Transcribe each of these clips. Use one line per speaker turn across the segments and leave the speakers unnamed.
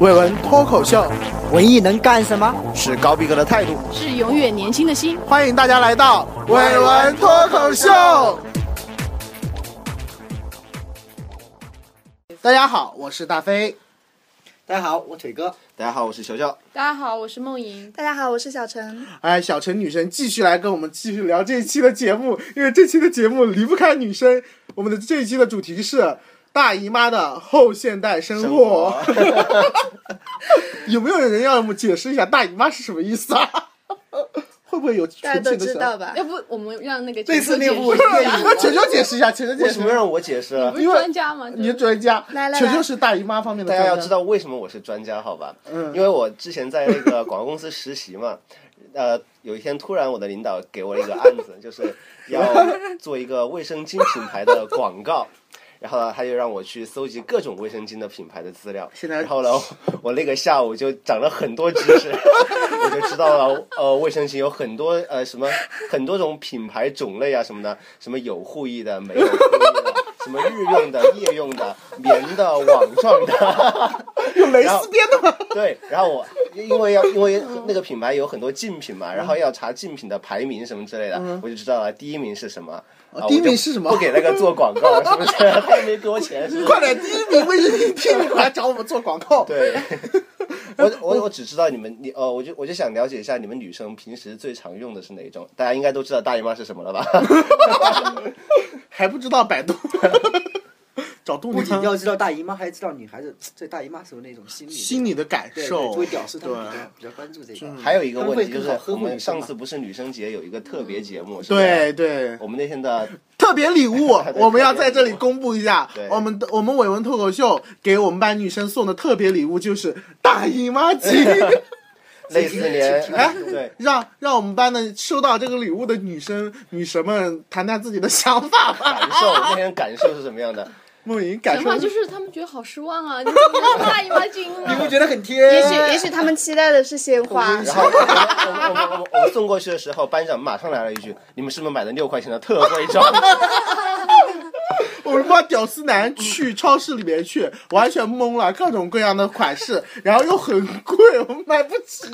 伟文脱口秀
文艺能干什么？
是高逼格的态度，
是永远年轻的心。
欢迎大家来到伟文脱口秀。大家好，我是大飞。
大家好，我腿哥。
大家好，我是小小。
大家好，我是梦莹。
大家好，我是小陈。
哎，小陈女神继续来跟我们继续聊这一期的节目，因为这期的节目离不开女生。我们的这一期的主题是大姨妈的后现代生活。 有没有人要我解释一下大姨妈是什么意思啊？ 会不会有
大
纯
家
情
都
的
知
小
道吧？
要哎不我们让那个
类似
解
那
说
部
解说
电影
那球球解释一下，球球解
为
释
什么让我解释了
不？是专家吗？
你是专家，
来来
球
来
球是大姨妈方面的
大
专家。
家要知道为什么我是专家，好吧？
嗯
因为我之前在那个广告公司实习嘛，呃，有一天突然我的领导给我了一个案 子，就是要做一个卫生巾品牌的广告。然后呢，他就让我去搜集各种卫生巾的品牌的资料。
现在
然后呢，我那个下午就长了很多知 识，我就知道了，呃，卫生巾有很多呃什么很多种品牌种类啊什么的，什么有护翼的、没有护翼的，什么日用的、夜用的、棉的、网状的。
有蕾丝边的吗？
对，然后我因为要因为那个品牌有很多竞品嘛，
嗯
然后要查竞品的排名什么之类的，我就知道了第一名是什么。啊
哦第一名
我就是
什么
不给那个做广告，是不是？ 他也没给我钱，是不
快
是？
点，第一名卫生巾第一名来找我们做广告。
对， 我我我只知道你们你呃，我就我就想了解一下你们女生平时最常用的是哪一种？大家应该都知道大姨妈是什么了吧？
还不知道百 度，找度
不仅
娘
要知道大姨妈，还知道女孩子对大姨妈时候那种心理的
心里的感
对对
受。
作为屌丝，他们
对
比
嗯
较比较关注这个。
还有一个
他们
问
会
题就
更
是
好呵护
我们
女生
上
嘛
次不是女生节有一个特别节目，是吧
对对，
我们那天的
特别礼 物
对，
我们要在这里公布一下
对，
我们的我们伟文脱口秀给我们班女生送的特别礼物就是大姨妈 巾，
类似年
挺，
哎
挺 挺
对，
让让我们班的收到这个礼物的女生女神们谈谈自己的想法吧。
感受那天感受是什么样的？
梦莹感
想
受
法就是他们觉得好失望啊，你 们怎么大姨妈巾
你不
啊。
觉得很贴？
也许也许他们期待的是鲜 花，
然后我们我们我们我们送过去的时候，班长马上来了一句：“你们是不是买的六块钱的特惠 装
我们帮屌丝男去超市里面去，完全懵了，各种各样的款式， 然后又很贵，我们买不起。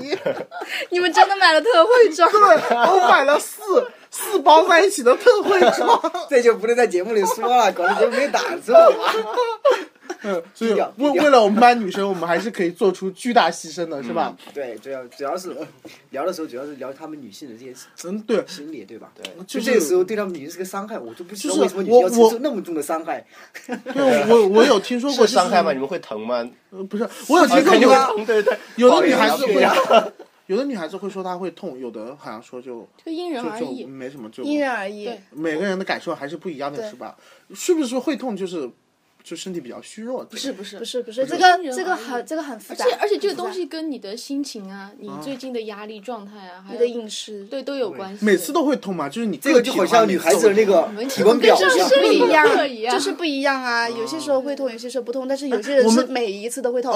你们真的买了特惠 装？
对，我买了四四包在一起的特惠装。
这就不能在节目里说了，搞得节目没打住。
嗯，所以
低调低
为
调
为了我们班女生，我们还是可以做出巨大牺牲的，是吧？
对，主要主要是聊的时候，主要是聊他们女性的这些
嗯，对，
心理，对吧？对。
就
就是这个时候对他们女人是个伤害，我就不知道
就是
为什么女性要
我
承
我
受那么重的伤害。
对我我有听说？”过
是伤害吗？
吗？
你们会疼吗？
呃不是，我有听
肯
说
定会
过，
疼，对对对。
有
不好
的
意
女
思
孩子会
啊，
有的女孩子会说她会痛，有的好像说就
这个因人
就
而
就
异，
没什么，就
因人而异。
对
每个人的感受还是不一样的，
对
是吧？是不是会痛就是就身体比较虚弱？不
不是不是
不。是不是，这
因
个
人
这个
而异
很这个很复
而
杂
且，而且这个东
很复
西跟你的心情啊，你最近的压力状态啊，
杂
还
你
有
的饮食，
对都有关系。
每次都会痛嘛，就是你
这个就好像女孩子的那个体温表
这
一
是
样。
不一样
不一，样
就是不一样啊。有些时候会痛，有些时候不痛，但是有些
我
人
们
是每一次都会痛。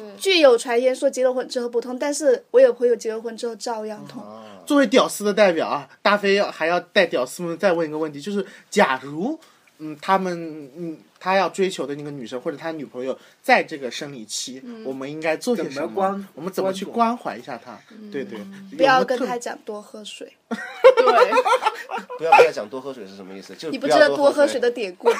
嗯，
据有传言说结了婚之后不痛，但是我有朋友结了婚之后照样痛。
作为屌丝的代表啊，大飞要还要带屌丝们再问一个问题，就是假如嗯他们嗯他要追求的那个女生或者他女朋友在这个生理期，我们应该做些
怎么
什
关
我们怎么去
关注
关怀一下她？对对，
不要跟
他
他讲多喝水，
对，
不要不要讲多喝水是什么意思？就
你
不
不
要
知道多
喝
喝水的典故吗？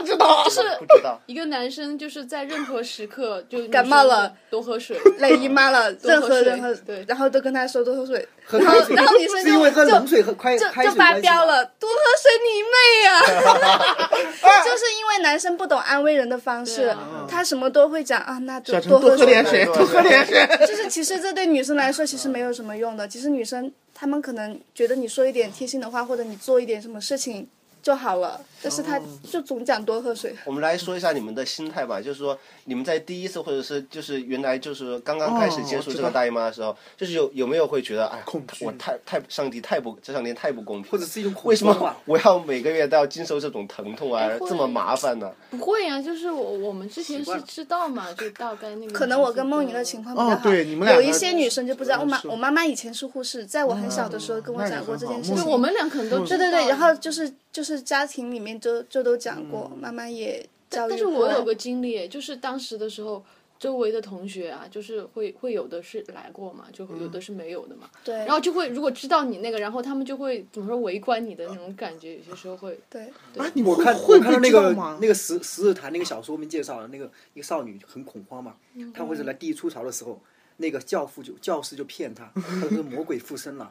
不知道，就是
不知道。
一个男生就是在任何时刻就
感冒了，
多喝 水，
来姨妈了，任
多
何
喝水
任何
对
然后都跟他说多喝水，
喝开水
然后女生
是因为喝
就
冷水和开
就
开
就
水
发
关系吗
飙。了，多喝水你妹呀、 就是因为男生不懂安慰人的方
哎
式，
对啊
他什么都会讲啊，那就
小陈嗯多
喝
喝点
多
水，
喝
多喝点水。
就是其实这对女生来说其实没有什么用的，其实女生她们可能觉得你说一点贴心的话，或者你做一点什么事情就好了，但是
哦
她就总讲多喝水。
我们来说一下你们的心态吧，就是说你们在第一次或者是就是原来就是刚刚
哦
开始接触这个大姨妈的时候，就是有有没有会觉得哎，
恐惧
我太太上帝太不这上天太不公平，
或者是一种恐
为什
慌
么
啊
我要每个月都要经受这种疼痛啊，
哎
会
这么麻烦呢？
不会啊，就是我我们之前是知道嘛，就大概那个。
可能我跟梦莹的情况比较好，
哦对你们两
有
个
一些女生就不知道，我妈
是哦
我妈妈以前是护士，在我很小的时候跟我讲过这件事
那也很
情
好
对，。我们俩可能都知
对
道
对对，然后就是就是家庭
嗯
里面就就都讲过，妈妈也教育
但是我
过
有个经历，就是当时的时候，周围的同学啊，就是会会有的是来过嘛，就有的是没有的嘛。对。然后就会如果知道你那个，然后他们就会怎么说围观你的那种感觉，有些时候会。
对，
啊，你们
我看
会会
我看到
会
那
知道
个
吗？
那个十十日谈那个小说，我们介绍了那个一个少女很恐慌嘛，她会是来第一出潮的时候，那个教父就教师就骗她，她说魔鬼附身了，啊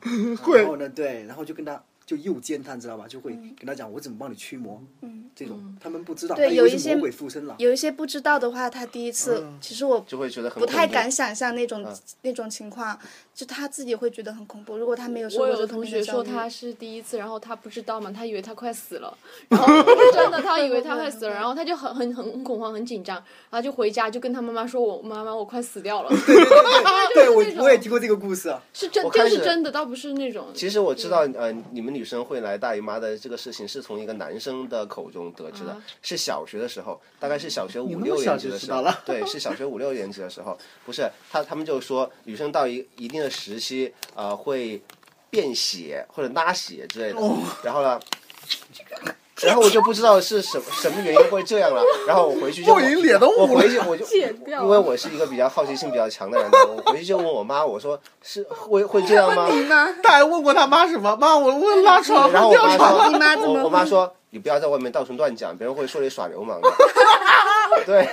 然后呢对，然后就跟她就诱奸她，你知道吧？就会跟她讲我怎么帮你驱魔，嗯，这种他们不知道，
对
她以
有
为
一
是
些
魔鬼附身了，
有一些不知道的话，他第一次，其实我
嗯就会觉得很
不太
恐怖嗯
敢想象那种、那种情况，就他自己会觉得很恐怖。如果他没有受
我
过
有
这
的
方
同
面的
学
教
说
育，
他是第一次，然后他不知道嘛，他以为他快死 了，然后真的他以为他快死了，然后他就很很很很恐慌，很紧张，然后就回家就跟他妈妈说：“我妈妈，我快死 掉了。
对 对对对，对
那种
我我也听过这个故事啊，”
是真，
我
这
开
是
始
真的，倒不是那种。
其实我
嗯
知道，呃，你们女生会来大姨妈的这个事情，是从一个男生的口中得知的，
啊
是小学的时候，大概是小学五
么
六
小
年级
就
的
知
时
道
候
了，
对，是小学五六年级的时候，不是他他们就说，女生到一一定的时期，呃，会便血或者拉血之类的，
哦
然后呢。然后我就不知道是什么什么原因会这样了，然后我回去就
莫莹脸都
我
捂
回去我就
剪掉
因为我是一个比较好奇心比较强的人，我回去就问我妈，我说是会会这样吗？
他还问过他妈什么？妈，我问拉床
然后我
掉
妈
床
说，
了。
你妈怎么
我
会
我妈说，你不要在外面到处乱讲，别人会说你耍流氓 的。对，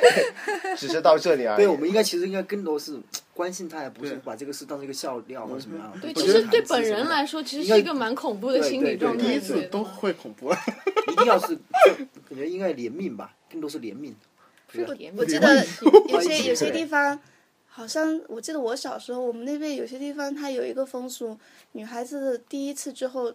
只是到这里而已。
对，我们应该其实应该更多是关心她，而不是
对
把这个事当成一个笑料或者什么样啊的。
对，
不
其
是
实
谈
对
资
本
什么
人
的
来说，其实
应
是
该
一个蛮恐怖的
对
心
对
理状
对
态。
第一
我
次
觉得
都会恐怖，
一定要是，感觉应该怜悯吧，更多是怜悯。
是个
我记
怜
得有
关
些
系
有些
对
地方，好像我记得我小时候，我们那边有些地方，它有一个风俗，女孩子第一次之后，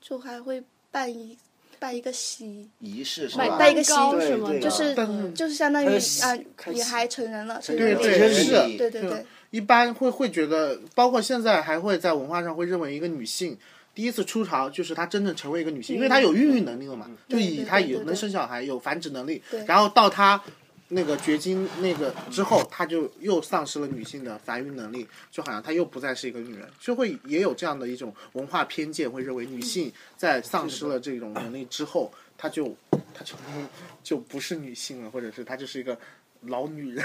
就还会办一办一个席，
仪式是
买
吧？
带一个
蛋糕
对
什么的，
对
就是
但
嗯
是
就是相当于
它是
啊，
开
女
始
孩成人了，成
人
对
人
了对
了
对
是
是，
对 对对，
一般会会觉得，包括现在还会在文化上会认为一个女性第一次出潮就是她真正成为一个女性，因为她有孕育能力了嘛，就以
嗯对
她
对对
有
对
能生小孩、有繁殖能力
对，
然后到她那个绝经那个之后，她就又丧失了女性的繁育能力，就好像她又不再是一个女人，就会也有这样的一种文化偏见，会认为女性在丧失了这种能力之后，她就她就 就不是女性了，或者是她就是一个老女人。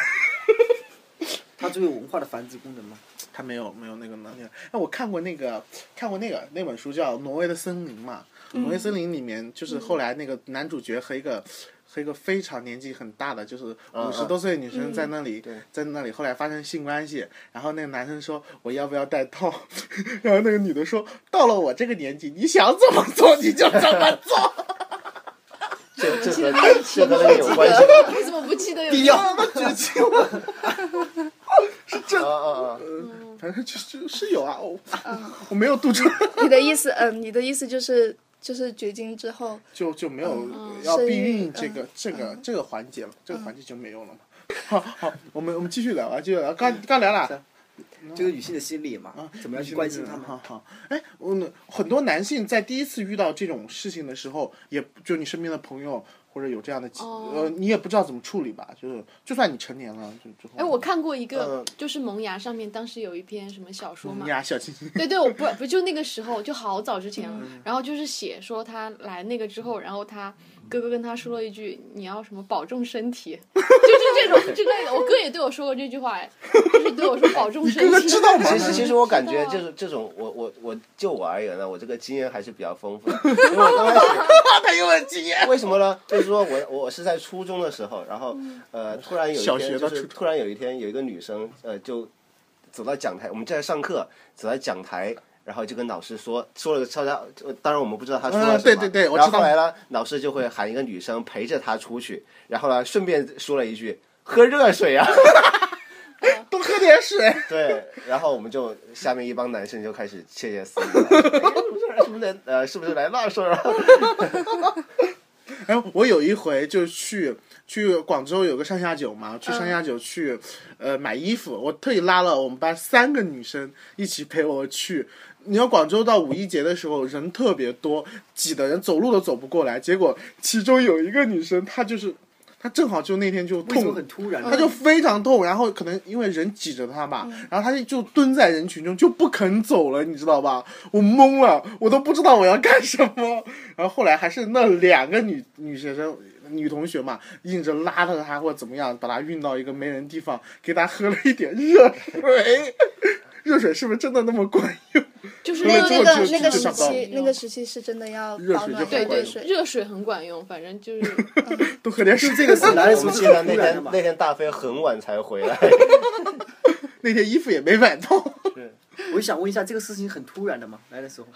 它作为文化的繁殖功能嘛，
他没有没有那个能力。哎，我看过那个看过那个那本书叫《挪威的森林》嘛，挪威森林》里面就是后来那个男主角和一个。和一个非常年纪很大的，就是五十多岁的女生在那里，在那里后来发生性关系，然后那个男生说我要不要带套， 然后那个女的说到了我这个年纪，你想怎么做你就怎么做，
这这和这和那个有关系 吗？
我怎么不记得有
你
这
要
样？
那么绝情吗？
啊啊啊！
反正就是是有啊，我我没有杜撰，
你的意思，嗯，你的意思就是就是绝经之后，
就就没有
嗯
要避孕这个这个这个环节了，这个环节就没有了嘛。 好好，我们我们继续聊啊，继续聊，刚刚聊了。
嗯
嗯
就是女性的心理
啊
嘛，怎么样去关心她们？
好好，哎，我很多男性在第一次遇到这种事情的时候，也就你身边的朋友或者有这样的，
哦
呃，你也不知道怎么处理吧？就是就算你成年了，就之后，
哎，我看过一个，
嗯
就是《萌芽》上面当时有一篇什么小说嘛，
呀，小清 新，
对对，我不不就那个时候，就好早之前了。
嗯
然后就是写说他来那个之后，然后他哥哥跟他说了一句：“你要什么保重 身体。”就是这种之类的。我哥也对我说过这句话，哎，就是对我说保重身体。
哥知道吗
其实其实我感
知
觉
道啊
就是这种，我我我就我而言呢，我这个经验还是比较丰富的。因为我刚开始
他有点经验。
为什么呢？就是说我 我是在初中的时候，然后呃，突然有
小
一
学
天
到
就
初
是
中
突然有一天有一个女生呃就走到讲台，我们正在上课，走到讲台。然后就跟老师说说了个悄悄，就当然我们不知道他说了
嗯
什么。
对对对我
然
知
后
道
后来呢，老师就会喊一个女生陪着他出去，然后呢，顺便说了一句“喝热 水啊。
多喝点水，”
对，然后我们就下面一帮男生就开始窃窃私语了，哎是不是呃是不是来闹事儿 啊？
哎，我有一回就去去广州有个上下九嘛，去
嗯
上下九去、呃买衣服，我特意拉了我们班三个女生一起陪我去。你知道广州到五一节的时候人特别多，挤的人走路都走不过来。结果其中有一个女生，她就是她正好就那天就
为什么
痛，
很突然呢？
她就
嗯
非常痛，然后可能因为人挤着她吧，然后她就蹲在人群中就不肯走了，你知道吧？我懵了，我都不知道我要干什么。然后后来还是那两个女女学生，女同学嘛，硬着拉着她或者怎么样，把她运到一个没人地方，给她喝了一点热水。 热水是不是真的那么管用？
就是
喝
那
了之
那
那
后
个
就
那个
就
时
想到
期，那个时期是真的要
热
保
水
暖
就
对
很
和
管
对
热
用
哎水。，嗯
热水很管用，反正就是
多喝点水。
这个是来的时
我
候
记
是
得
很
那
突然
天
的嘛
那，天大飞很晚才回来，
那天衣服也没买 到。
我就想问一下，这个事情很突然的嘛，来的时候，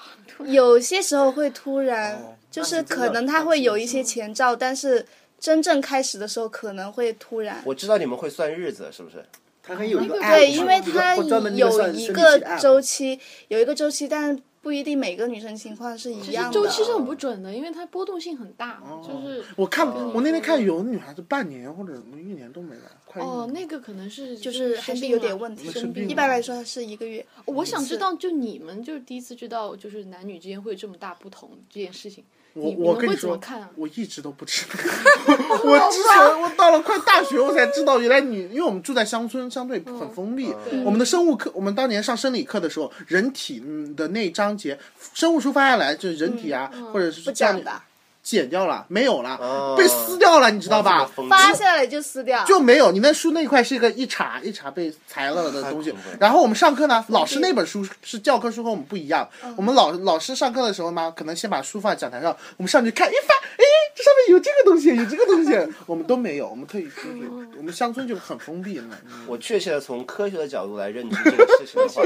有些时候会突然
哦，
就
那
是
你真
可
的
能它会有一些前兆，但是真正开始的时候可能会突然。
我知道你们会算日子是不是？
他很有一个
那个
app，
我
对，因
嘛
为
一个
它
哎专门那个
有
算
一
生理
个
期 app
周期，有一个周期，但是不一定每个女生情况是一
其
样
实
的。
周期是很不准的，因为它波动性很大，就是
哦我看
哦
我那天看有女孩子半年或者什么一年都没来，快一年
哦，那个可能是就
就是还是有点问题
生生病。了
一般来说是一个月。
我想知道，就你们就是第一次知道，就是男女之间会有这么大不同这件事情，
我
你你
我
们
跟你
会怎
说
么看啊，？
我一直都不知 道。我之前我到了快大学，我才知道原来女，因为我们住在乡村，相对很封闭。
嗯对，
我们的生物课，我们当年上生理课的时候，人体嗯的那一章节，生物书翻下来就是人体啊，或者
不
是这样
长的，
剪掉了，没有了，
哦
被撕掉了，你知道
啊
这么
吧？
疯狂
发下来就撕掉。
就没有，你那书那一块是一个一茬一茬被裁了的东西
太恐怖了。
然后我们上课呢，老师那本书是教科书，和我们不一样。我们老老师上课的时候呢，可能先把书放在讲台上，我们上去看，一翻，哎，这上面有这个东西，有这个东西，我们都没有，我们特意出去，我们乡村就很封闭嘛。
我确切的从科学的角度来认知这个事情的 话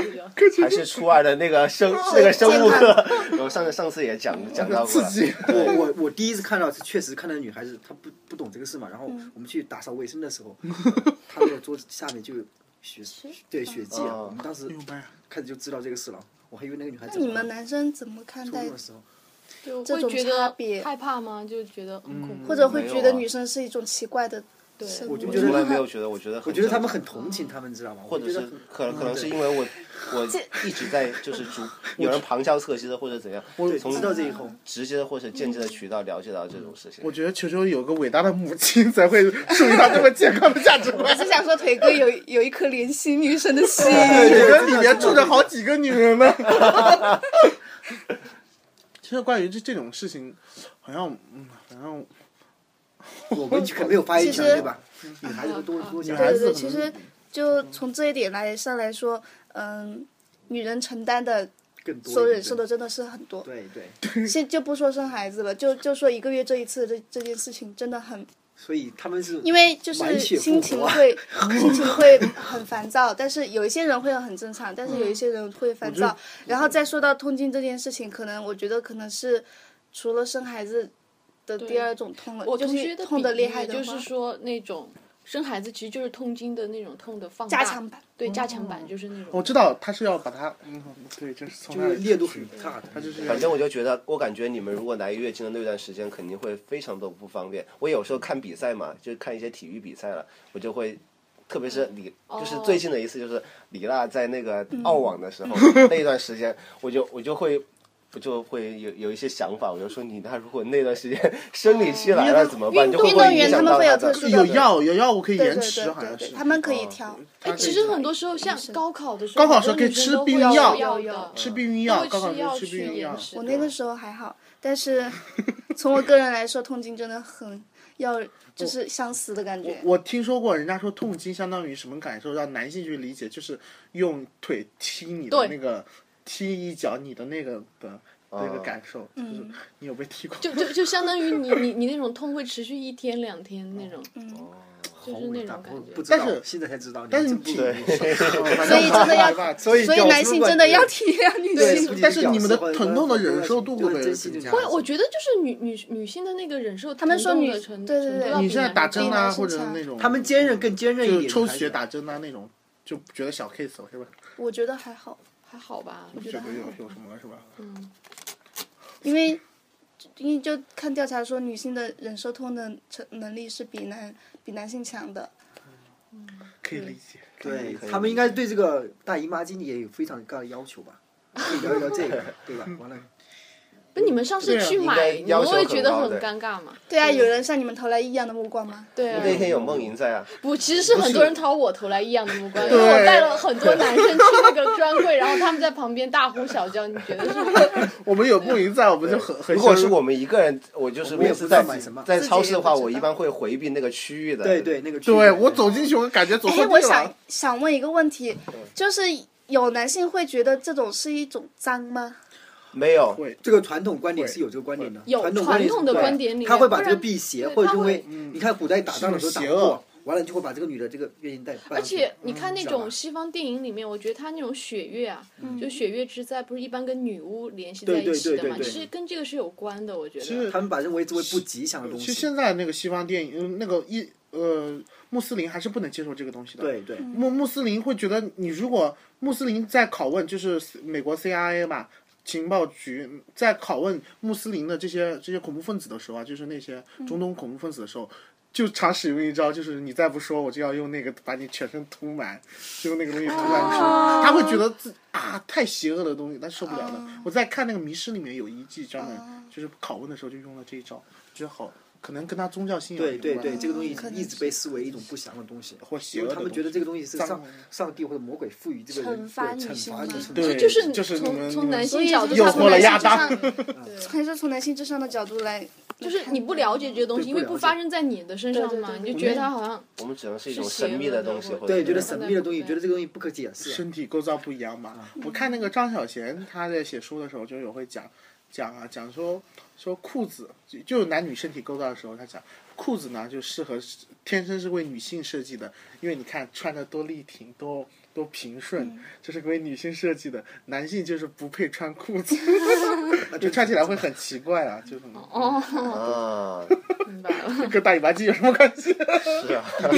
还是初二的那个生
哦
那个生物课，我上次上次也讲讲到 过
刺
了。
激，
我我我第一次看到，确实看到女孩子她不不懂这个事嘛，然后我们去打扫卫生的时 候，她那个桌子下面就有血，对血迹啊，
哦
我们当时
哎呦妈呀！
开始就知道这个事了，我还以为那个女孩
那
子
你们男生怎么看
初
待
中？的时候，
就
这
会
种
觉
差
得
别
害怕吗？就觉得很
嗯
恐怖，
或者会
没有
觉得
啊
女生是一种奇怪的
对
生
我
物？
就
我
觉得
从来没有觉得，我觉得
我
很
觉得他
正
们
常
很同情他们，知道吗？
或者
我觉
是
得很
可能可能是因为我我一直在就是 逐有人旁敲侧击的或者怎样，
对
从
知道这以后，
直接的或者间接的渠道了解到这种事情
我。觉得球球有个伟大的母亲，才会树立他这么健康的价值观
我。是想说，腿哥有有一颗怜惜女生的 心。
你们里面住着好几个女人呢。其实关于这这种事情，好像嗯，好像
我们可没有发言
其
权，
实
对吧？女孩子会多多想
女孩
对
子
对对，
可
其
能
实就从这一点来上来说，嗯，女人承担的
更多一点，
所忍受的真的是很多。
对对，
先就不说生孩子了，就就说一个月这一次这这件事情真的很，
所以他们是
因为就
满
是
血
心
复
情
活啊
会心情会很烦躁，但是有一些人会很正常，但是有一些人会烦躁。然后再说到痛经这件事情，可能我觉得可能是除了生孩子的
对
第二种痛了，
我
就
同学
是
的
痛的
比
厉
喻
害的
就
话
是说那种生孩子其实就是痛经的那种痛的放
加
大
强版。哦
对加强版就是那
我
种。
知道他是要把它，嗯，对，这是从
就
那
是
里
烈度很大的，
他就是
反正我就觉得，我感觉你们如果来月经的那段时间，肯定会非常的不方便。我有时候看比赛嘛，就看一些体育比赛了，我就会，特别是李，
嗯哦
就是最近的一次，就是李娜在那个澳网的 时候、那一段时间，我就我就会。我就会有有一些想法，我就说你那如果那段时间 生理期来了怎么办？
运
就会
哦运
不会
动员
影响
他们
到
会
的
有
哎
特殊的
有药有药物可以
对对
延
对
迟，好
对
像
对，
是。
他们可以
哦
调。
哎
其实很多时候像高考的时候，
高考时候可以
很多女
吃
生都
避
会
孕
要
药
的。
吃避孕
都
药，
会
高考时候
药
吃避
去
孕药
延。迟
我那个时候还好，但是从我个人来说，痛经真的很要就是相思的感
我
觉。
我听说过，人家说痛经相当于什么感受？让男性去理解，就是用腿踢你的
对
那个，踢一脚你的那个的那个感受，就是你有被踢过？
就就就相当于你你你那种痛会持续一天两天那种，就是那种感觉
不。知道
但是
现在才知道，
但是
你
你
们真
挺，
不容易
所
以真 的要
所
所以男性真的要体谅女
对
性。
不仅
但是
屌
你们的
丝
疼痛的忍受度会不会
呃珍惜
增
这
加
种
会，我觉得就是女女女性的那个忍受，他
们说女
程
对对
程度
对
要
你
比
现在
男
打
生
针
高
啊，
是
或者
差
那种
他们坚韧更坚韧一
就
点，
抽血打针啊那种，就觉得小 case 了是吧？
我觉得还好，
还好吧？
觉得有有什么是吧？
因为因为就看调查说，女性的忍受痛的成能力是比男比男性强的。
可以理解。可以理
对
解
他们应该对这个大姨妈经理也有非常高的要求吧？可以聊一聊这个，对吧？完了，
不，你们上次去买，
应
你
该要
们
求
会觉得
很
很
高的
尴尬吗？
对啊，有人向你们投来异样的目光吗？
对啊
那，天有梦莹在啊，
不，其实是很多人朝我投来异样的目光，因为我带了很多男生去那个专柜，然后他们在旁边大呼小叫，你觉得是不是？
我们有不赢在，我们就很很
如果是
羞
我们一个人，我就是
我们也
每
不
次
知道
在
买什么
在
自己
超
也
市的
不
话，
知
我一
道
般会回避那个区域的。
对对，那个区域
对我走进去，我感觉走错
哎，
地
我
了嗯
想。想问一个问题，就是有男性会觉得这种是一种脏吗？
没有，
会
这个传统观点是有这个观点的，
有
传
传
统
统的
对
观点里面
他会把这个
不然
辟邪，
对
或者
他
因为
会
你看古代打仗的时候打
是
不
邪恶
过，完了就会把这个女的这个月经带办
而
上去，
且你看那
知道嗯吧
种西方电影里面，我觉得他那种血月啊，
嗯
就血月之灾，不是一般跟女巫联系在
对
一
对
起的
对
嘛？
对
其实跟这个是有关的，我觉
其实
得。
他们把认为作为不吉祥的东
其实
西，
现在那个西方电影，嗯那个一呃穆斯林还是不能接受这个东西的。
对对，
穆穆斯林会觉得你如果穆斯林在拷问，就是美国 CIA 嘛情报局在拷问穆斯林的这些这些恐怖分子的时候啊，就是那些中东恐怖分子的时候。就常使用一招，就是你再不说，我就要用那个把你全身涂满，就用那个东西涂满你身上。他会觉得自啊太邪恶的东西，他受不了的。我在看那个《迷失》里面有一季专门就是拷问的时候就用了这一招，觉得好，可能跟他宗教信仰
对对
有关
对，这个东
嗯
西
可能
一直被视为一种不祥的东西，
或邪恶
因为
的
他们觉得这个东西是
脏
上
的
上帝或者魔鬼赋予这个人
惩
对
罚女
惩
性
罚
吗
女性
对
的，
就
就是你
从
们
从
你们
男
所
性
以
角度，
就是
诱
他
惑
从
从
了
男
亚
性
当
上，
还是从男性至上的角度来，
就是你不了解这些东西，
对
因为
不了
不
解
发生在你的身上嘛，
对对对
你就觉得它好像
我们只能是一种
是
神
邪
秘
恶
的
的
东
我
西，或者
对，
是
觉得神秘的东西，觉得这个东西不可解释，
身体构造不一样嘛。
啊
我看那个张小娴，她在写书的时候就有会讲讲啊，讲说说裤子就就男女身体构造的时候，她讲裤子呢就适合是天生是为女性设计的，因为你看穿的多笔挺，多多平顺，
嗯
这是为女性设计的。男性就是不配穿裤 子，啊就穿起来会很奇怪啊，就很
哦，
啊，
明白了。
跟大姨妈巾有什么关系？
是啊。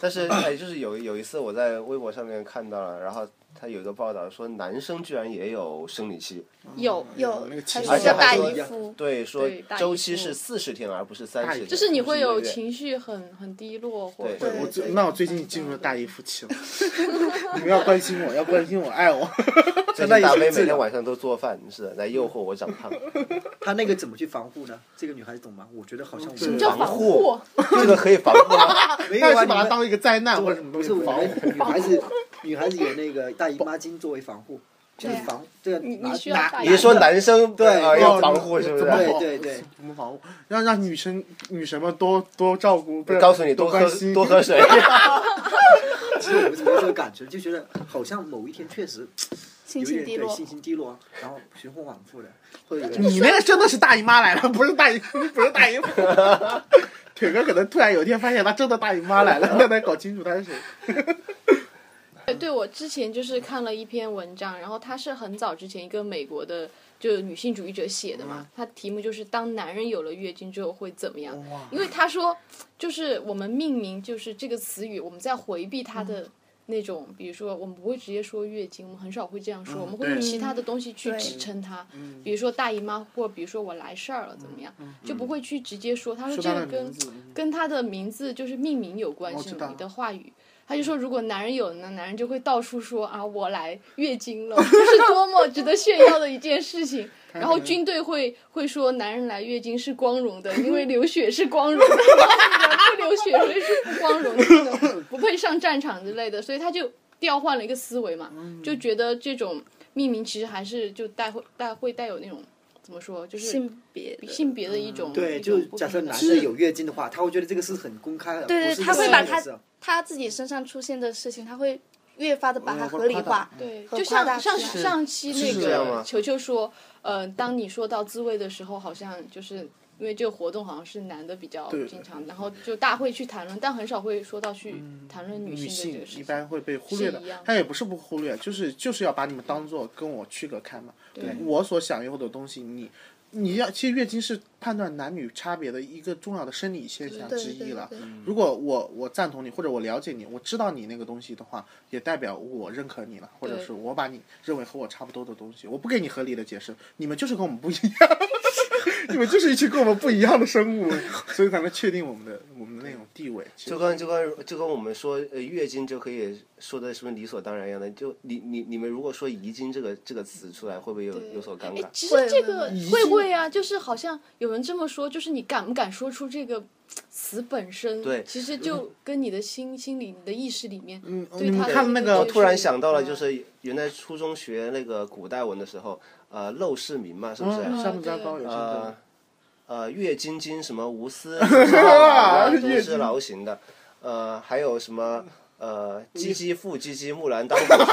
但是哎，就是有有一次我在微博上面看到了，然后他有一个报道说男生居然也有生理期，
有，
有
那个情
还是
绪
一个
还
大
是
姨
有
夫，
对，说
对大姨
周期
夫
是四十天而不是三
大
十
姨
天，
夫
就是你会有
不是一个月
情绪很很低落，或者
对
对
我
对
最那我最近进入了大姨夫期了， 你们要关心我，要关心我，爱我。
最
那
近
也
大
是
飞
自
每天
然
晚上都做饭，是的来诱惑我长 胖。
他那个怎么去防护呢？这个女孩子懂吗？我觉得好像我
什么
们
叫
叫
防
防
护
护，
这个可以防 护吗？
没有
但
啊，
是
你
把它
们
当一个灾 难或者什么
不
东西
是我
防
们女孩子，女孩子有那个大姨妈巾作为防护，就是
对啊
防这个
你
拿
你需要大
你是说
的
男生
对
呃
哦
要防护是不
怎
是
么？
对
防
对对
怎么防护？让让女生女神们多多照顾，不是
告诉你多喝
关心
多喝。水。
其实我们没有这个感觉，就觉得好像某一天确实有
心
一
情
点
低
对
落
心。情低落，然后循环往复的，会有一个
你那个真的是大姨妈来了， 不是大姨，不是大 姨夫。腿哥可能突然有一天发现他真的大姨妈来了， 那得搞清楚他是谁。
对，对我之前就是看了一篇文章，然后它是很早之前一个美国的就女性主义者写的
嗯
嘛，它题目就是当男人有了月经之后会怎么样？因为他说，就是我们命名就是这个词语，我们在回避它的。那种，比如说，我们不会直接说月经，我们很少会这样说，我们会用
嗯对嗯
其他的东西去
对
支撑它，比如说大姨妈，或比如说我来事儿了，怎么样，就不会去直接说。他说
嗯说
这
他
个
的
跟
名字，嗯
跟他的名字就是命名有关
我
系
哦知
吗，
道
你的话语。他就说，如果男人有呢，男人就会到处说啊，我来月 经了，这是多么值得炫耀的一件事情。然后军队会会说，男人来月经是光荣的， 因为流血是光荣的，但是人不流血所以是不光荣的，不能不配上战场之类的。所以他就调换了一个思维嘛，
嗯
就觉得这种命名其实还是就带会带会带有那种怎么说，就是
性别的
性别的一种
对，
一种
就
不
假设
平等
男的有月经的话，他会觉得这个是很公开的，
对对
不是
他
会
私
把
密的
他
事
他自己身上出现的事情，他会越发的把它
嗯
合理化。
对，
和
就
夸大
像上
是
上期那
是这样
个
吗
球球说，呃，当你说到自慰的时候，好像就是因为这个活动好像是男的比较经常，然后就大会去谈论，但很少会说到去谈论女
女
性的这
性
个
一
事情。
般会被忽略的
是一样，
但也不是不忽略，就是就是要把你们当做跟我区隔开嘛。对我所享有的东西，你你要其实月经是判断男女差别的一个重要的生理现象
对
之
对
一了
对。
如果我我赞同你，或者我了解你，我知道你那个东西的话，也代表我认可你了，或者
对
是我把你认为和我差不多的东西，我不给你合理的解释，你们就是跟我们不一样， 你们就是一群跟我们不一样的生物，所以才能确定我们的我们的那种地位。其实
就跟就跟就跟我们说呃月经就可以说的是不是理所当然一样的？就你你你们如果说遗精这个这个词出来，会不会有有所尴尬？
其实这个会不会啊？就是好像有人这么说，就是你敢不敢说出这个词本身？
对
其实就跟你的心心里、你的意识里面，
嗯
对
你们
他的
看那
这
个
个
我
我
接
突然
受
想到了，就
嗯
是原来初中学那个古代文的时候，呃，陋室铭嘛，是不是？
嗯，上面加
对
高有上
呃
高，
呃，月经经什么无私，都是劳形的。呃，还有什么呃，唧唧复唧唧，木兰当户织。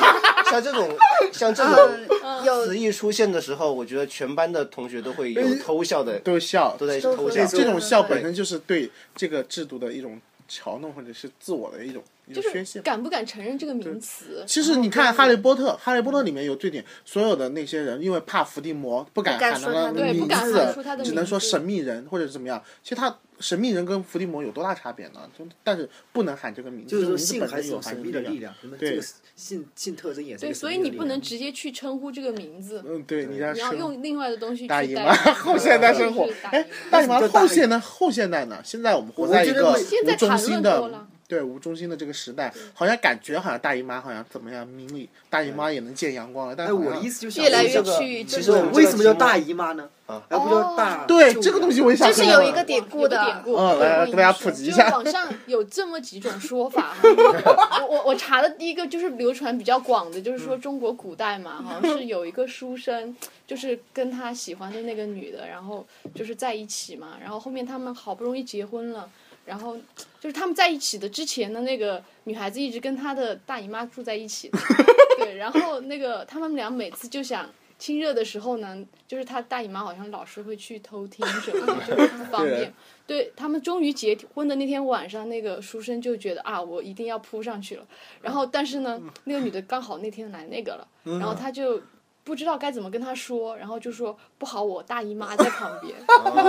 像这种像这种
嗯，有
词一出现的时候，我觉得全班的同学都会有偷笑的，
都笑，
都在
都
偷
会
笑。
哎这种笑
对
本身就是对这个制度的一种嘲弄，或者是自我的一种一种宣泄。
敢不敢承认这个名词？
其实你看《哈利波特》，《哈利波特》里面有最点，所有的那些人因为怕伏地魔，不敢
不敢
喊
说
他
他的
名
对
字，
不敢喊
出他的
只
名
能说
字
神秘人或者怎么样。其实他神秘人跟伏地魔有多大差别呢？就但是不能喊这个名字，
就是说
名字
性
本
还
身
是
有
有
含
神
义
秘的力。量，什么这
对
个性性特征也是一
对，
个
所
神
以
秘的
你
力
不
量
能直接去称呼这个名字，
嗯，对，你在
你要
说
用另外的东西去
大
代
姨
替。
妈后现代生活
就是。大姨
哎
妈，
大姨妈
就是大
后
姨妈
现代后现代呢？现在我们活
我
在一
觉得
个
我
现在
无中
谈
心
论多
的
了。
对无中心的这个时代，好像感觉好像大姨妈好像怎么样，明理大姨妈也能见阳光了，但
哎，
好像
我的意思就是
越来越
这个
去
其
这
实
个
我
对
们
为什么叫大
姨？
姨妈呢？
啊
而不叫大
对
舅
这个
妈
东西我也想
就
说
是
呢，
有一个典故的
有个典故，
嗯来来给大家普及一下
就网上有这么几种说法 哈，我我我查的第一个就是流传比较广的，就是说
嗯
中国古代嘛， 好像是有一个书生，就是跟他喜欢的那个女的，然后就是在一起嘛，然后后面他们好不容易结婚了。然后就是他们在一起的之前的那个女孩子一直跟她的大姨妈住在一起，对，然后那个他们俩每次就想亲热的时候呢，就是她大姨妈好像老是会去偷听什么的，就是不方便。对他们终于结婚的那天晚上，那个书生就觉得啊，我一定要扑上去了。然后，但是呢，那个女的刚好那天来那个了，然后他就不知道该怎么跟她说，然后就说不好，我大姨妈在旁边。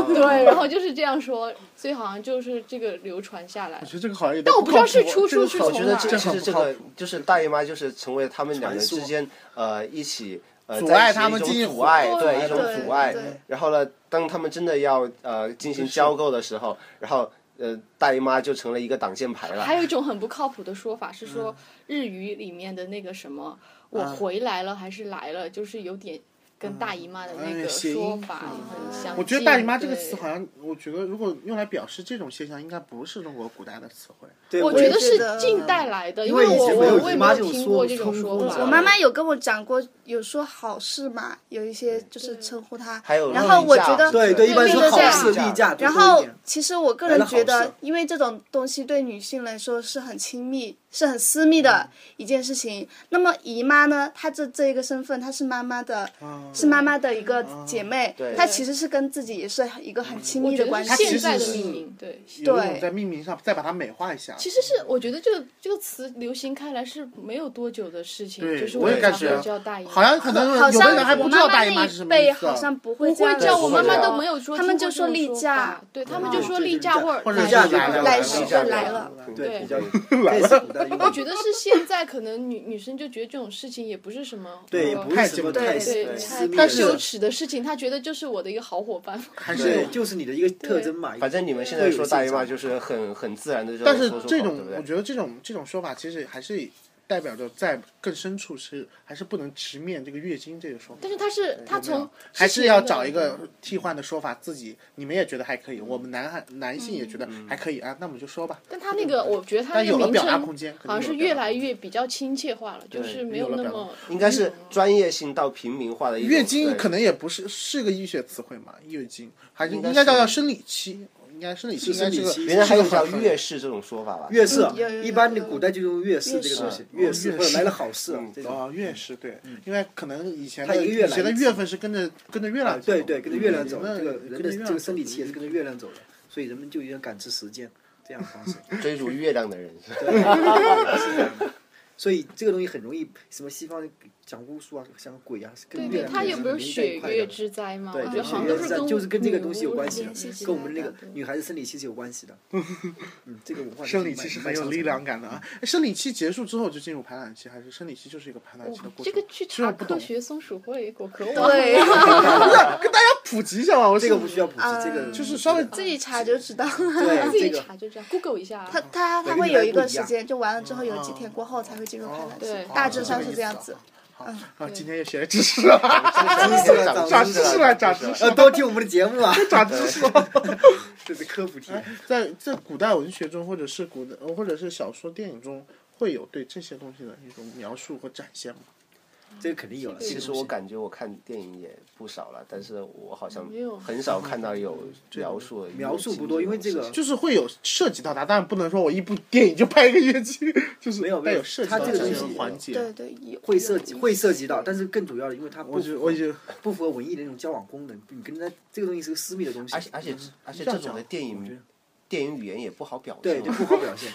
对，然后就是这样说，所以好像就是这个流传下来
我。觉得这个好像有点
但我不知道是
靠谱
出处是
这个
我
好
觉
从哪
得
儿
这
这
其实
很
这
不靠
个就是大姨妈，就是成为他们两人
传说
之间呃一起呃
阻
在一
碍
起
他
一
们
种
进行
阻
活
碍，
动
对一种
对
阻碍
对。
然后呢，当他们真的要呃进行交媾的时候，然后呃大姨妈就成了一个挡箭牌了。
还有一种很不靠谱的说法是说，
嗯
日语里面的那个什么“
啊
我回来了”还是“来了”，就是有点跟大姨妈的那
哎
个
谐音
说法很
嗯
相近。
我觉得“大姨妈”这个词
对
好像，我觉得如果用来表示这种现象，应该不是中国古代的词汇。
对，
我
也
觉得
觉
是
嗯
得
近代来的，因
为
为
以
我
前
我
没有
我
姨
也没
妈这
有
种
听
说
过这种
称
说
呼
法。
我妈妈有跟我讲过，有说好事嘛，有一些就是称呼她。
还有
然
例假
后我觉得
对对，一般说
例
好
假
事例假，
然
多一
后
点，
其实我个
来
人
了好
觉
事
得，因为这种东西对女性来说是很亲密、是很私密
嗯
的一件事情。那么姨妈呢，她这这一个身份，她是妈妈的，
啊嗯
是妈妈的一个姐妹
对，
她其实是跟自己也是一个很亲
我
密
觉
的
得
关
是
系。
现在的
其实是
命名，对，
有一种
对
在命名上再把它美化一下。
其实是我觉得这个这个词流行开来是没有多久的事情，
对
就是
我也
们
感
常
觉
会叫大姨妈，
好像很多人
好
有
像
的人还不
我
知道
妈妈
大姨
那
妈是
一
什么意
辈
思
好
啊，
像不
不
会
会
这
叫
样
我
子
妈妈
的
都没有说，
他们就
说
例假，
对他们就
嗯
说
对
例
例
假
假
或者
或者
来
是
例假
来了
来
时
时
就
就
来
来
了
了。
嗯
对
对
比较 类似古代用语
我觉得是现在可能女女生就觉得这种事情也不是什么
对，也
呃
不
太
是什么
紧
太
张
私
对太
私密的
但是
羞耻的事情，她觉得就是我的一个好伙伴。
还是
对，
有。
就是你的一个特征嘛。
反正你们现在说大姨妈就是很很自然的这种
但是
说出口
这种
对不，
我
对？
觉得这种这种说法其实还是代表着在更深处是还是不能直面这个月经这个说法。
但是她是她
有没有
从
还
之
是
前
要
的
找一个替换的说法，自己你们也觉得还可以，我们男孩男性也觉得
嗯
还可以啊，那我们就说吧。
但他那个，我觉得他
但
那
有
个
了
名
表达
称
空间，
好像是越来越比较亲切化了，就
对
是没
有
有
了
那
表达
么
应该是专业性到平民化的一种
月经
对
可能也不是是个医学词汇嘛，月经还是
应该
应该叫
是
叫生理期，应该生理期应
是
该
生
是
理
个
期
原来还有
是个
叫
很
月事这种说法吧？
月事
嗯有有，有
一般你古代就用月事这个东西，月
月事
事或者来了好事啊这种。
哦，月是对，因为可能以前
它
的
一个
以
月来
前的
一次啊
月份是跟着跟着月亮走的，
对对，跟着月亮走，
嗯
这个人
跟着
的
月亮
这
走
个生理期也是跟着月亮走的，所以人们就有点感知时间这样的方式。
追逐月亮 的人，
对，是这样的。所以这个东西很容易，什么西方讲巫术啊，讲鬼啊，跟
对
月
对，
亮
他也不是
很容易在
血
一块的
月之灾吗？
对
我，觉
就
得
是
啊好像都
月之
是
战
跟
就是跟这个
女
东西有
巫
关
是
系的
联系起，
跟我
来
们那
的
个女孩子生理期是有关系 的。嗯，这个文化
生理期是很有力量感的啊。
嗯
生理期结束之后就进入排卵期，还是生理
哦
期就是一个排卵期的
哇
过程？
这个去
虽然我不
查科
懂
学松鼠会果壳网，
对，
跟大家普及一下吧，我
这
这
个不需要普及，这个
就是稍微
自己查就知道。
呃 自
对这
己
个
查就知道，Google 一下。啊
它它
每
它
个
会
女孩
有一
不
个
一
时
样
间，就完了之后有几天过后才会进入排
啊哦
卵
对
期，大致
哦
上
这个
是
意
这样
思
子。嗯
啊，今天又学了知识了，
知识了
长
长
知
知
识
识
了，
了
长知识
呃，
了，
多听我们的 节目啊，
长知识了。哎
这是科普题。
在在古代文学中，或者是古代，呃或者是小说、电影中，会有对这些东西的一种描述和展现吗？
这个肯定有了。
其实我感觉我看电影也不少了，但是我好像
没有
很少看到有描述的
描述不多因为这个
事情
就是会有涉及到它，当然不能说我一部电影就拍一个月季，就是
没有
带
没有
有涉及
它
到
这个
些
东西
环节。
对对，有
会
有
涉
一
及会涉及到，
些
但是更主要的，因为它不
我就我就
不符合文艺的那种交往功能，你跟他这个东西是个私密的东西，
而且而且而且
这
这
样
种的
讲
电
我觉
影
得
电影语言也不好表
对
现
就。不好表现。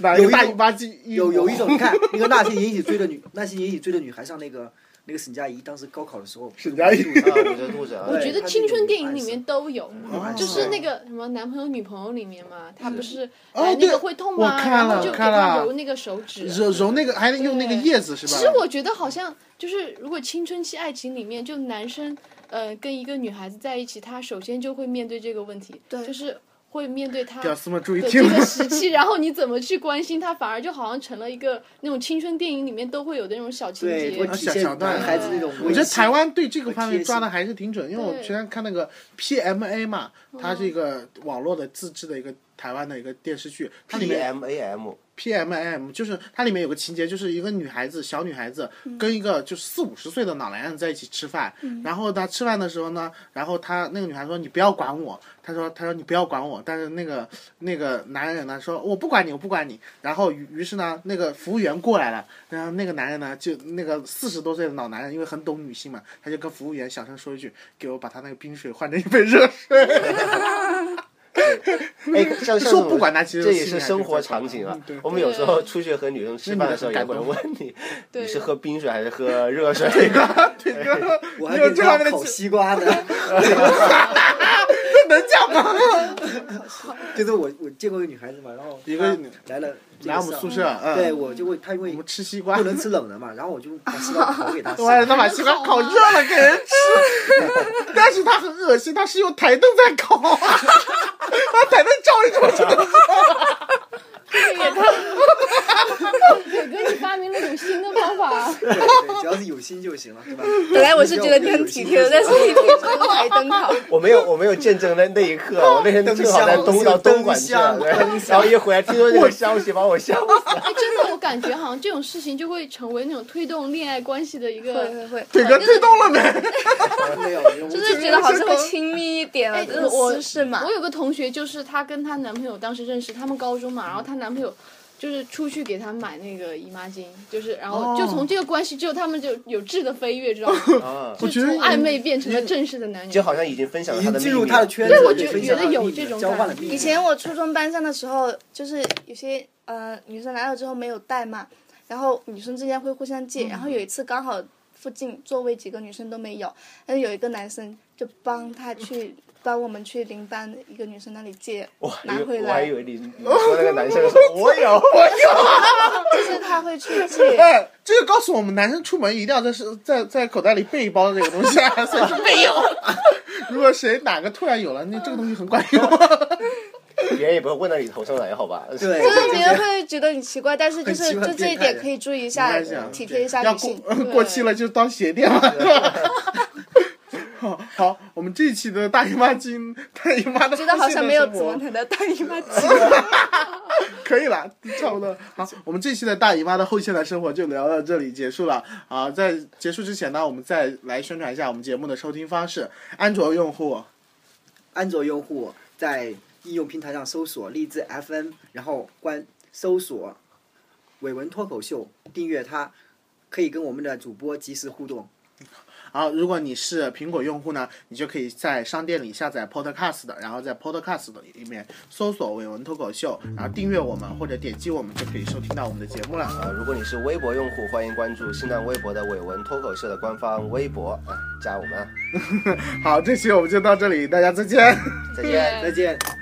拿一
有
个
一
大
种
姨妈巾，
有有一种，你看那个那些引起追的女， 那些引起追的女孩上那个那个沈佳宜，当时高考的时候，
沈佳宜
路 上
啊，我觉得肚子啊，
我觉
对
得
它
青
这
春
种
电影
暗
里
示
面都有，
暗
就是
示
那个什么男朋友女朋友里面嘛，他不是
哦
哎那
对
个会痛
我
吗？
看
然
了
后就给
看
他
了
揉那个手指。
揉揉那个，还得用那个
对
叶子是吧？
其实我觉得好像就是，如果青春期爱情里面，就男生呃跟一个女孩子在一起，他首先就会面对这个问题，
对
就是会面对他
屌
的
丝们注意
这
听，
个时期，然后你怎么去关心他，反而就好像成了一个那种青春电影里面都会有的那种小情
对，会
节。
体
小小
现
段
男孩子那种
我
危
觉得
险。
台湾对这个方面
贴心
抓的还是挺准，因为我之前看那个 PMA 嘛，它
嗯
是一个网络的自制的一个台湾的一个电视剧，它里
P
面
M A M，
PMM 就是它里面有个情节，就是一个女孩子小女孩子跟一个就是四五十岁的老男人在一起吃饭，然后呢吃饭的时候呢，然后她那个女孩说你不要管我，她说她说你不要管我，但是那个那个男人呢说我不管你我不管你，然后于于是呢那个服务员过来了，然后那个男人呢就那个四十多岁的老男人，因为很懂女性嘛，他就跟服务员小声说一句，给我把他那个冰水换成一杯热水，
哎，像
说
像这种
不管他其实
这
心
也
里
是
还
生
是
活
在想
场景啊
嗯对。
我们有时候出去和女生吃饭的时候，
那
也
女的
会
很
问你，你
对啊
是喝冰水还是喝热水？啊
我还给你要烤西瓜呢，
能讲吗？
就是我我见过一个女孩子嘛，然后
一个
她来了这个
来我们
上
宿舍，嗯，
对我就会她因
我
为
们吃西瓜
不。能吃冷的嘛，然后我就把西瓜烤给她吃，
我让他把西瓜烤热了给人吃， 但是他很恶心，他是用台灯在烤，啊 他台灯照一种这 个，
这个也太，哥哥你发明了一种新的方法，
对对，只要是有心就行了，对吧？
本来我是觉得你很体贴的，但是你总是台灯烤。
我没有，我没有见证那那一刻，啊我那天正好在
灯
东
箱
到东莞去了，
灯箱
对然后一回来听说这个消息，把我吓死。
哎，真的，我感觉好像这种事情就会成为那种推动恋爱关系的一
会
个。
会会，
腿哥推动了没？
没有，没有
就是觉得好像会亲密一点
哎
了，就是
我
私事嘛
我。有个同学，就是她跟她男朋友当时认识，他们高中嘛，然后她男朋友就是出去给她买那个姨妈巾，就是然后就
哦
从这个关系之后，他们就有质的飞跃，知道吗？
啊，
我
就
觉
从
得，
暧昧变成了正式的男女。
就好像已经分享了
已
他的
经
秘密，
进入他的圈子，
对我觉
分
觉
享
得
了
有
秘密
这种
交
感
换了
觉
秘密
以前我初中班上的时候，就是有些呃女生来了之后没有带嘛，然后女生之间会互相借，然后有一次刚好附近座位几个女生都没有，但是有一个男生就帮他去。帮我们去邻班的一个女生那里借
我还
拿
以为
回
我还以
来，
为你你说那个男生说，我有，
就是他会去借
哎，这就告诉我们，男生出门一定要在是在在口袋里备一包这个东西，啊， 所以说没有。如果谁哪个突然有了，那这个东西很管用。啊
别人也不会问到你头上来，好吧？
对，
就是别人会觉得你奇怪，但是就是
很奇怪
就这一
变态
点可以注意一
没
下
关系啊，
体贴一下
要
女
过
性。
过期了就当鞋垫了，是吧？ 好，好，我们这一期的大姨妈巾，大姨妈的
觉得好像没有
性
怎
生活
么谈到大姨 妈期，
可以了，差不多。好，我们这期的大姨妈的后现代生活就聊到这里结束了啊！在结束之前呢，我们再来宣传一下我们节目的收听方式。安卓用户，
安卓用户在应用平台上搜索荔枝 FM，然后关搜索“伟文脱口秀”，订阅它，可以跟我们的主播及时互动。
好，如果你是苹果用户呢，你就可以在商店里下载 Podcast 的，然后在 Podcast 的里面搜索“伟文脱口秀”，然后订阅我们或者点击我们就可以收听到我们的节目了。
啊，如果你是微博用户，欢迎关注新浪微博的伟文脱口秀的官方微博啊，加我们啊，
好，这期我们就到这里，大家再见。
再见。
再见。